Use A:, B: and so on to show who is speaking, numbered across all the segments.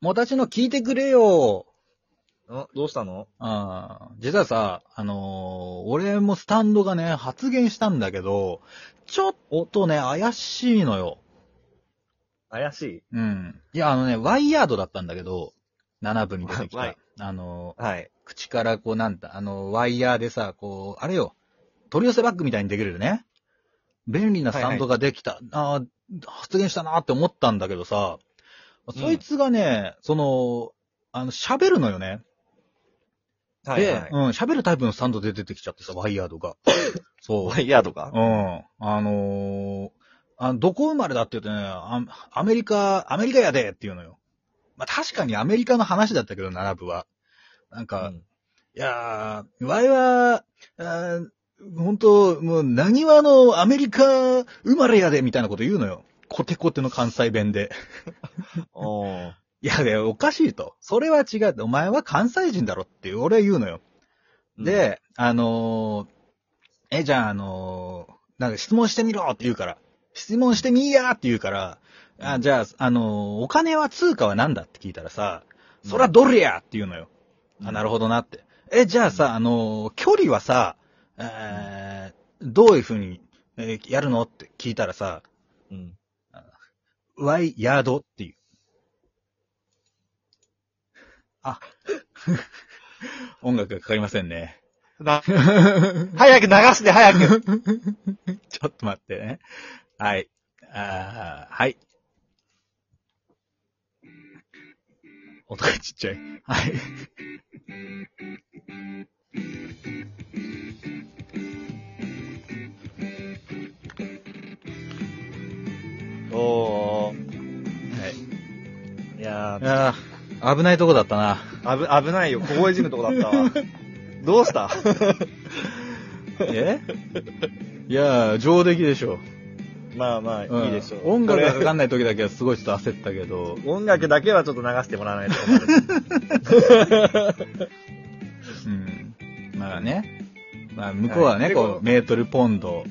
A: もたちの聞いてくれよ。
B: あ、どうしたの
A: あー実はさ、あのー俺もスタンドがね、発言したんだけど、ちょっとね、怪しいのよ。
B: 怪しい
A: うん。いや、あのね、ワイヤードだったんだけど、7分に出てき
B: ワイ
A: た。あのー
B: はい。
A: 口からこう、なんだ、あの、ワイヤーでさ、こう、あれよ、取り寄せバッグみたいにできるよね。便利なスタンドができた。あー発言したなーって思ったんだけどさ、
B: うん
A: そいつがね、その、あの、喋るのよね。
B: はい、
A: で、
B: はい。
A: うん、喋るタイプのスタンドで出てきちゃってさ、ワイヤード が。そう。
B: ワイヤードか
A: うん。あのーあどこ生まれだって言うとねア、アメリカ、アメリカやでっていうのよ。まあ、確かにアメリカの話だったけど、ナラブは。なん
B: う
A: か、
B: ん
A: いやー、ワイは、あ本当もう、なにわのアメリカ生まれやでみたいなこと言うのよ。コテコテの関西弁で。
B: おー
A: いや、でおかしいと。それは違う。お前は関西人だろって俺は言うのよ。で、あのーえ、じゃあ、あのーなんか質問してみろって言うから、質問してみーやーって言うから、あじゃあ、あのーお金は通貨は何だって聞いたらさ、そらドルやって言うのよ。あ、なる
B: ほ
A: ほどなって。え、じゃあさ、あのー距離はさ、えーどういうふうに、えーやるのって聞いたらさ、
B: ど。うん。
A: ワイヤードっていう。あ、 音楽がかかりませんね。
B: な早く流して、早く。
A: ちょっと待ってね。はい。あーはい。音がちっちゃい。はい。
B: お
A: はい、
B: ー。いや
A: いやー危ないとこだったな。
B: ー、危、危ないよ。凍えじむとこだったわ。どうした
A: えいやー、上出来でしょ。
B: まあまあ、いいでしょう。
A: ん音楽がか
B: こ
A: かんない時だけはすごいちょっと焦ったけど。
B: れ音楽だけはちょっと流してもらわないと困る。
A: うん。まあね。まあ、向こうはね、
B: はい
A: こう、メートルポンド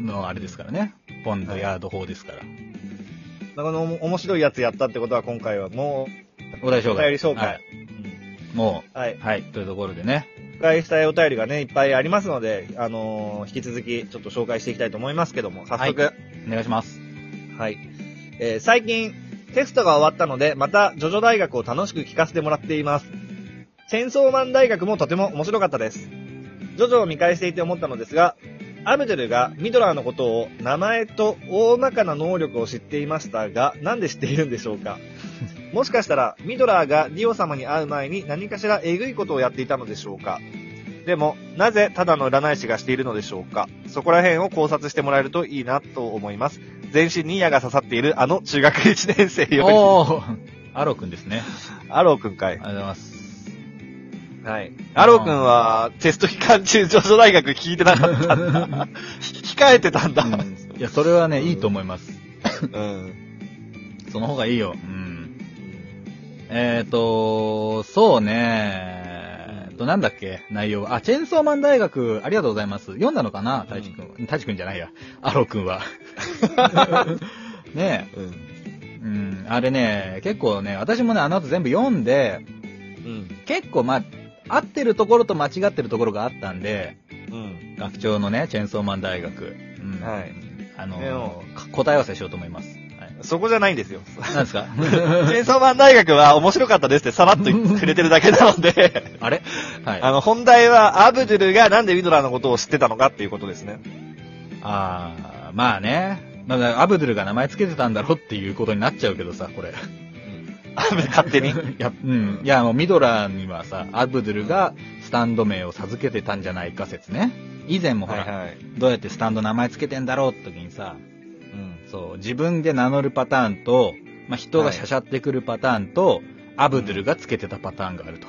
A: のあれですからね。ポンドヤード法ですから。
B: この面白いやつやったってことは今回はも
A: お題
B: う、
A: 紹
B: お便
A: 介。
B: り紹介。
A: はいも、。
B: はいう
A: はい、というところでね。
B: 紹介したいお便りがね、いっぱいありますので、あのー引き続きちょっと紹介していきたいと思いますけども、早速。
A: は
B: はい
A: お願いします。
B: い。えー最近、テストが終わったので、また、ジョジョ大学を楽しく聞かせてもらっています。チェンソーマン大学もとても面白かったです。ジョジョを見返していて思ったのですが、アムデルがミドラーのことを名前と大まかな能力を知っていましたが、なんで知っているんでしょ うかもしかしたら、ミドラーがディオ様に会う前に何かしらえぐいことをやっていたのでしょうかでも、なぜただの占い師がしているのでしょうかそこら辺を考察してもらえるといいなと思います。全身に矢が刺さっているあの中学1年生よ
A: おおーアローくんですね。
B: り。アローくんか
A: あり
B: い。
A: がとうございます。
B: はい。アローくんは、テスト期間中、上ョ大学聞いてなかったん だ。控えてたんだ。
A: いや、それはね、
B: うん
A: いいと思います。
B: うん。
A: その方がいいよ。うん。えっ、ー、と、そうね。えーと、なんだっけ内容は。あ、チェンソーマン大学、ありがとうございます。読んだのかな太一くん。太一くんじゃないや。アローくん は。ね
B: うん。
A: え。うん。あれね、結構ね、私もね、あの後全部読んで、
B: うん。
A: 結構まあ、合ってるところと間違ってるところがあったんで、
B: うん。
A: 学長のね、チェンソーマン大学。うん。
B: はい。
A: あの
B: でも
A: か答え合わせしようと思います。はい。
B: そこじゃないんですよ。
A: なんです か
B: チェンソーマン大学は面白かったですってさらっと言ってくれてるだけなので。
A: あれはい。
B: あの、本題は、アブドゥルがなんでミドラーのことを知ってたのかっていうことですね。
A: あー、まあね。まあ、アブドゥルが名前つけてたんだろっていうことになっちゃうけどさ、これ。
B: 勝 手に。
A: いや、うん。いや、もうミドラーにはさ、アブドゥルがスタンド名を授けてたんじゃないか説ね。以前もほら、
B: はい。
A: どうやってスタンド名前つけてんだろうって時にさ、
B: うん。
A: そう、自分で名乗るパターンと、まあ、人がしゃしゃってくるパターンと、アブドゥルがつけてたパターンがあると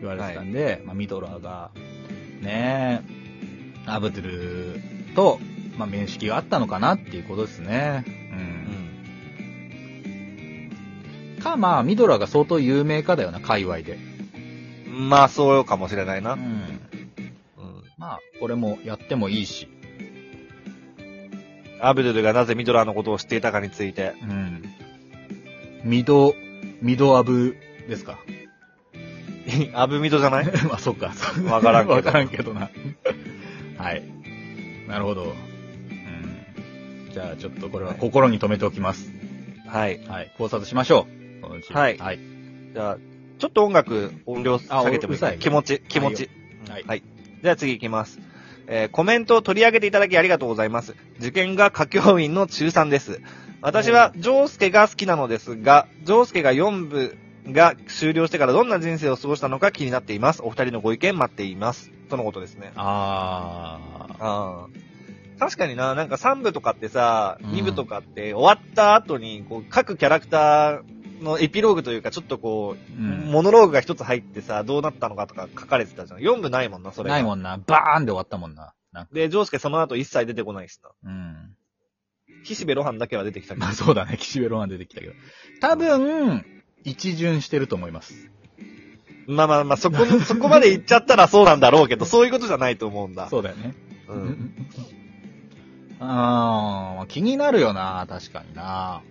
A: 言われてたんで、まあ、ミドラーが、ねえ、アブドゥルと、まあ、面識があったのかなっていうことですね。うん。か、まあ、ミドラーが相当有名かだよな、界隈で。
B: うん。まあ、そうかもしれないうな。
A: ん。
B: うん。
A: まあ、これもやってもいいし。
B: アブドゥルがなぜミドラーのことを知っていたかについて。
A: うん。ミドミドアブですか。
B: アブミドじゃない
A: まあ、そっか。そう
B: わからんけど
A: わからんけどな。はい。なるほど。うん。じゃあ、ちょっとこれは心に留めておきます。
B: はい。
A: はい。考察しましょう。そのうち
B: はい
A: はい。
B: じゃあ、ちょっと音楽、音量下げてもいい
A: あうるさい
B: 気持ち、気持ち。
A: はいよ
B: はい。じゃあ次行きます。えーコメントを取り上げていただきありがとうございます。受験が歌教員の中3です。私は、ジョースケが好きなのですが、ジョースケが4部が終了してからどんな人生を過ごしたのか気になっています。お二人のご意見待っています。とのことですね。
A: あ
B: ああ。確かにな、なんか3部とかってさ、
A: うん
B: 2部とかって終わった後に、こう、各キャラクターのエピローグというか、ちょっとこ
A: ー。
B: う、
A: うん。
B: モノローグが一つ入ってさ、どうなったのかとか書かれてたじゃん。4部ないもんな、それが。
A: ないもんな。バーンで終わったもんな。なんか
B: で、ジョースケその後一切出てこないしな。
A: うん。
B: 岸辺露伴だけは出てきたけど
A: まあ、そうだね。岸辺露伴出てきたけど。多分、一巡してると思います。
B: まあまあまあ、そこ、 そこまで行っちゃったらそうなんだろうけど、そういうことじゃないと思うんだ。
A: そうだよね。
B: う。
A: うんん。 あー、気になるよな。確かにな。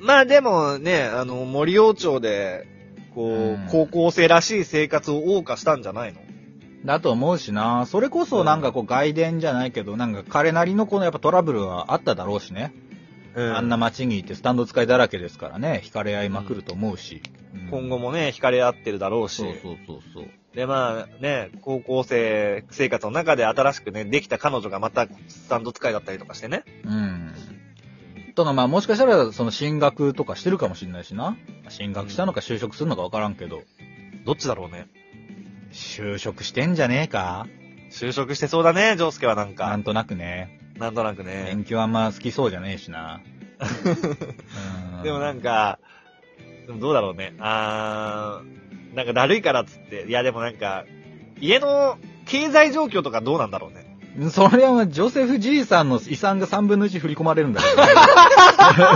B: まあでもね、あの、森王朝で、こう、
A: うん
B: 高校生らしい生活を謳歌したんじゃないの
A: だと思うしな。それこそなんかこう外伝じゃないけど、なんか彼なりのこのやっぱトラブルはあっただろうしね。
B: うん
A: あんな街にいてスタンド使いだらけですからね。惹かれ合いまくると思うし。うん
B: 今後もね、惹かれ合ってるだろうし。
A: そうそうそうそう。
B: で、まあね、高校生生活の中で新しくね、できた彼女がまたスタンド使いだったりとかしてね。
A: うん。ただまあもしかしたらその進学とかしてるかもしれないしな。進学したのか就職するのかわからんけど。
B: どっちだろうね。
A: 就職してんじゃねえか
B: 就職してそうだね、ジョースケはなん
A: な
B: か
A: ん。となくね。
B: なんとなくね。
A: 勉強あんま好きそうじゃねえしな。う
B: でもなん
A: か。
B: か、でもどうだろうね。あー、なんかだるいからっつって。いやでもなんか、家の経済状況とかどうなんだろうね。
A: それはジョセフ・ジーさんの遺産が3分の1振り込まれるんだけどね。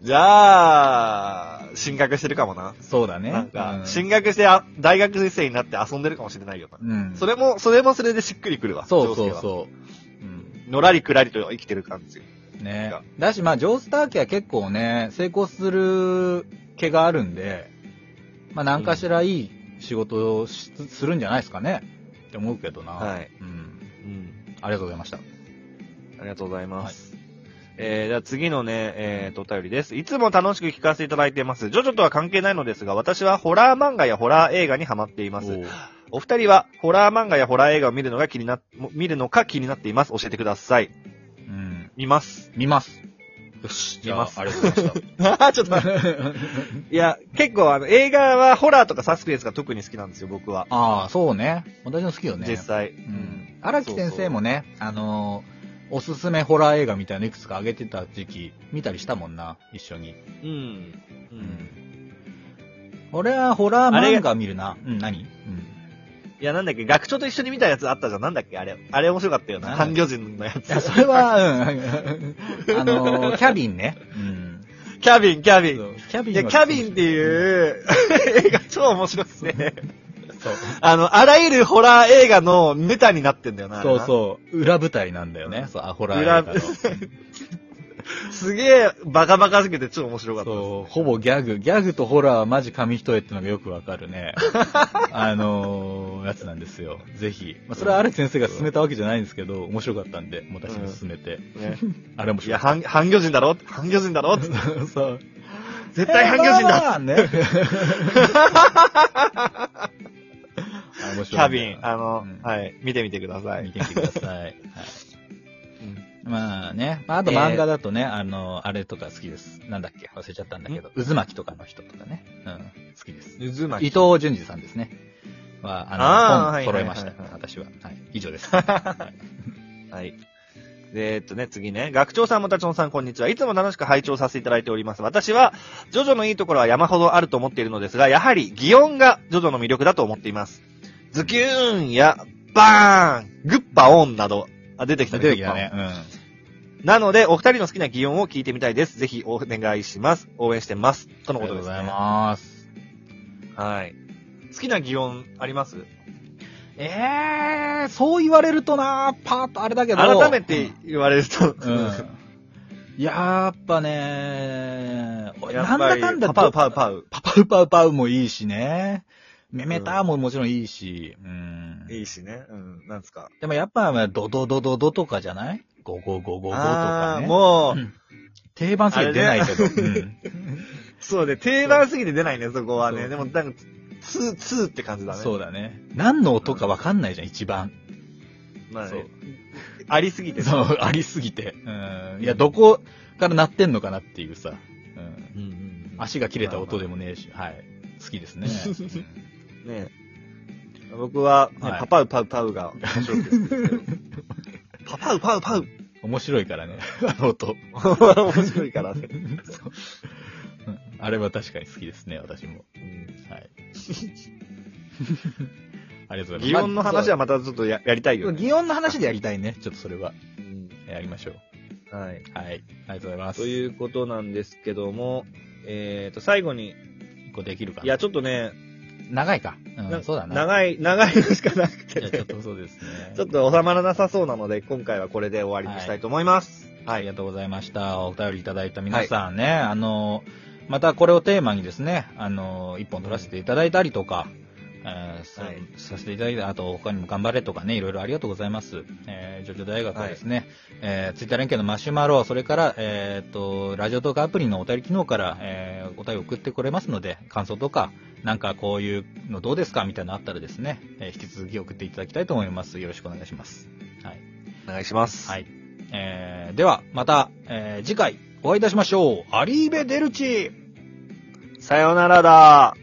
B: じゃあ、進学してるかもな。
A: そうだね。
B: なんか
A: う、ん
B: 進学してあ大学生になって遊んでるかもしれないよな。
A: うん。
B: それも、それもそれでしっくりくるわ。
A: そうそう
B: う。
A: そう。うん。
B: のらりくらりと生きてる感じ。
A: ね
B: なんか。
A: だし、まあ、ジョースター家は結構ね、成功する気があるんで、まあ、何かしらいい仕事をしするんじゃないですかね。って思うけどな。
B: はい。
A: うん。
B: うん。
A: ありがとうございました。
B: ありがとうございます。えー、じゃあ次のね、えーと、お便りです。いつも楽しく聞かせていただいています。ジョジョとは関係ないのですが、私はホラー漫画やホラー映画にハマっていま
A: お
B: す。
A: う
B: お二人はホラー漫画やホラー映画を見るのが気にな、見るのか気になっています。教えてくださ
A: う
B: い。
A: ん。
B: 見ます。
A: 見ます。よし。じゃ
B: 見
A: あ
B: ま、す
A: ありがとうございまし
B: あ あ、ちょっと待って。 いや、結構あの、映画はホラーとかサスペンスが特に好きなんですよ、僕は。
A: た。ああ、そうね。私の好きよね。
B: 実際。
A: う
B: う
A: ん。荒木先生もね、あのーおすすめホラー映画みたいのいくつか上げてた時期、見たりしたもんな、一緒に。
B: うん。
A: う
B: う。
A: んん。俺はホラー
B: あれ
A: 漫画見るな。うん、 何うん。
B: いや、なんだっけ、学長と一緒に見たやつあったじゃん。なんだっけ、あれ。あれ面白かったよな。
A: なんだっ
B: 半
A: け
B: 魚人のやつ
A: い。や、それは、うん。 あのー、キャビンね。うん。
B: キャビン、キャビン。
A: キャビ
B: い
A: ン
B: や、
A: は
B: キャビンっていう、映画超面白くて。
A: そう。
B: あの、あらゆるホラー映画のネタになってんだよな。あれ
A: そう
B: な
A: そう。裏舞台なんだよね。そう、アホラー映
B: 裏
A: 画の。
B: 舞すげえ、バカバカしくて超面白かったです。
A: そう、ほぼギャグ。ギャグとホラーはマジ紙一重ってのがよくわかる ね。あのー、やつなんですよ。ぜひ。まあ、それは荒木先生が勧めたわけじゃないんですけど、面白かったんで、もう私に勧めて。
B: ね
A: あれ面
B: い
A: 白
B: や、
A: かっ
B: 半、半魚人だろ半魚人だろ
A: た。 そう。
B: 絶対半魚人だ、
A: だ ね。あれ面白いんだよな
B: キャビン、あの、
A: うん
B: はい、見てみてくださ
A: 見
B: い。
A: てみてください。はい、まあね、まあ、あと漫画だとね、あの、あれとか好きです。なんだっけ忘れちゃったんだけど、渦巻きとかの人とかね。うん、好きです。
B: ゆずま
A: 伊
B: き。
A: 藤淳二さんですね。は、
B: あー
A: あの、
B: はい
A: 本揃えました、
B: はいはいはい
A: 私は。はい、以上 です。
B: はい。で、えっとね、次ね。学長さんもたちのさん、こんにちは。いつも楽しく拝聴させていただいております。私は、ジョジョのいいところは山ほどあると思っているのですが、やはり、擬音がジョジョの魅力だと思っています。ズキューンや、バーン、グッパオンなど、あ、出てきた
A: 出
B: ね。
A: てきた
B: グッ
A: ね。 うん。
B: パオンなので、お二人の好きな擬音を聞いてみたいです。ぜひ、お願いします。応援してます。と
A: あり
B: の
A: が
B: こと
A: う
B: とで
A: ご
B: す、
A: ざい
B: ね。
A: ます。
B: はい。好きな擬音あります
A: えー、そう言われるとな、パーッとあれだけど。
B: 改めて言われると、
A: うん。やっぱね、ね。俺
B: や
A: な
B: っ
A: ん
B: ぱ
A: だ
B: り
A: かんだ
B: パパウパウパウ。
A: パパウパウパウもいいしね。メメターももちろんいいし。うん。
B: いいしね。うん。なんすか。
A: でもやっぱ、まあドドドドドとかじゃないゴゴゴゴゴとか
B: あー
A: ね。
B: も
A: うん定番すぎて出ないけ ど。うん
B: う、そうね、定番すぎて出ないね、そこは
A: そ
B: ね。
A: う
B: でも、なんか、ツー、ツーって感じだね。
A: そうだね。何の音かわかんないじゃん、一番。
B: まあね
A: そう
B: ありすぎてね
A: そう、ありすぎて。うん。いや、どこから鳴ってんのかなっていうさ。うん。
B: うんうん
A: 足が切れた音でもねえし。はい。好き ですね。
B: うん。ね僕は、ね
A: はい
B: パパウパウパウが面白くて好きです けど。パパウパウパ ウ
A: うん面白いからね。あの 音。
B: 面白いからね。
A: うんあれは確かに好きですね、私も。
B: うん
A: はい。ありがとうございます。
B: 擬音の話はまたちょっとややりたい
A: まあ、
B: よね。
A: 擬音の話でやりたいね。ちょっとそれは。
B: うん
A: やりましょう。は
B: はい。
A: い。ありがとうございます。
B: ということなんですけども、えっと、最後に、
A: 一個できるかない
B: や、ちょっとね、
A: 長いか。う、
B: なん
A: そうだな。い。
B: 長い、長いのしかなくて
A: じゃあちょ
B: ね
A: っ。とそうですね。
B: ちょっと収まらなさそうなので、今回はこれで終わりにしたいと思います。
A: はい、ありがとうございました。お便りいただいた皆さんね、あの、またこれをテーマにですね、あの、一本取らせていただいたりとか、えーさ
B: はい
A: させていただいた、あと他にも頑張れとかね、いろいろありがとうございます。えー、ジョジョ大学はですね、えー、ツイッター連携のマシュマロ、それから、えーっと、ラジオトークアプリのお便り機能から、えー、お便り送ってこれますので、感想とか、なんかこういうのどうですかみたいなのあったらですね、えー引き続き送っていただきたいと思います。よろしくお願いします。はい。
B: お願いします
A: はい。えー、では、また、えー次回お会いいたしましょう。アリーベデルチ
B: さようならだ。